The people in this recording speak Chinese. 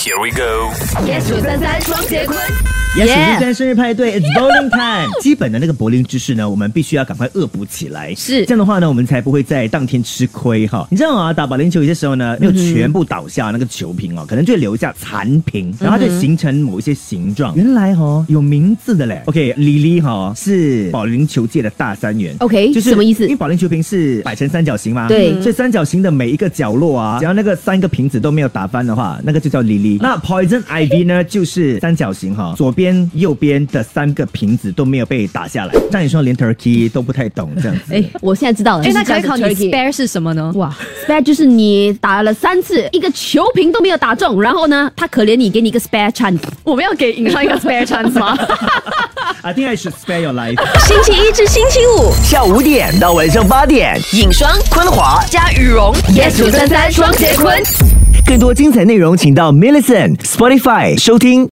Here we go。野鼠三三双节棍，也许 Yeah 是在生日派对，It's bowling time。基本的那个柏林知识呢，我们必须要赶快恶补起来。是这样的话呢，我们才不会在当天吃亏哈。你知道啊，打保龄球有些时候呢，没有全部倒下那个球瓶哦，可能就会留下残瓶，然后它就形成某一些形状。嗯原来哦，有名字的嘞。OK，李丽哈是保龄球界的大三元。 OK，什哎么意思因为保龄球瓶是摆成三角形嘛，对嗯所以三角形的每一个角落啊，只要那个三个瓶子都没有打翻的话，那个就叫 Lily。那 Poison Ivy 呢，就是三角形哈，左边、右边的三个瓶子都没有被打下来。那你说连 Turkey 都不太懂这样子，哎，我现在知道了。哎，那就是可以这考样子你 turkey spare 是什么呢？哇，spare 就是你打了三次，一个球瓶都没有打中，然后呢，他可怜你，给你一个 spare chance。我们要给银行一个 spare chance 吗？ I think I should spare your life。星期一至星期五下午五点到晚上八点，影霜昆华。加羽绒，野鼠三三双节棍。更多精彩内容，请到 m i l l i c e n t Spotify 收听。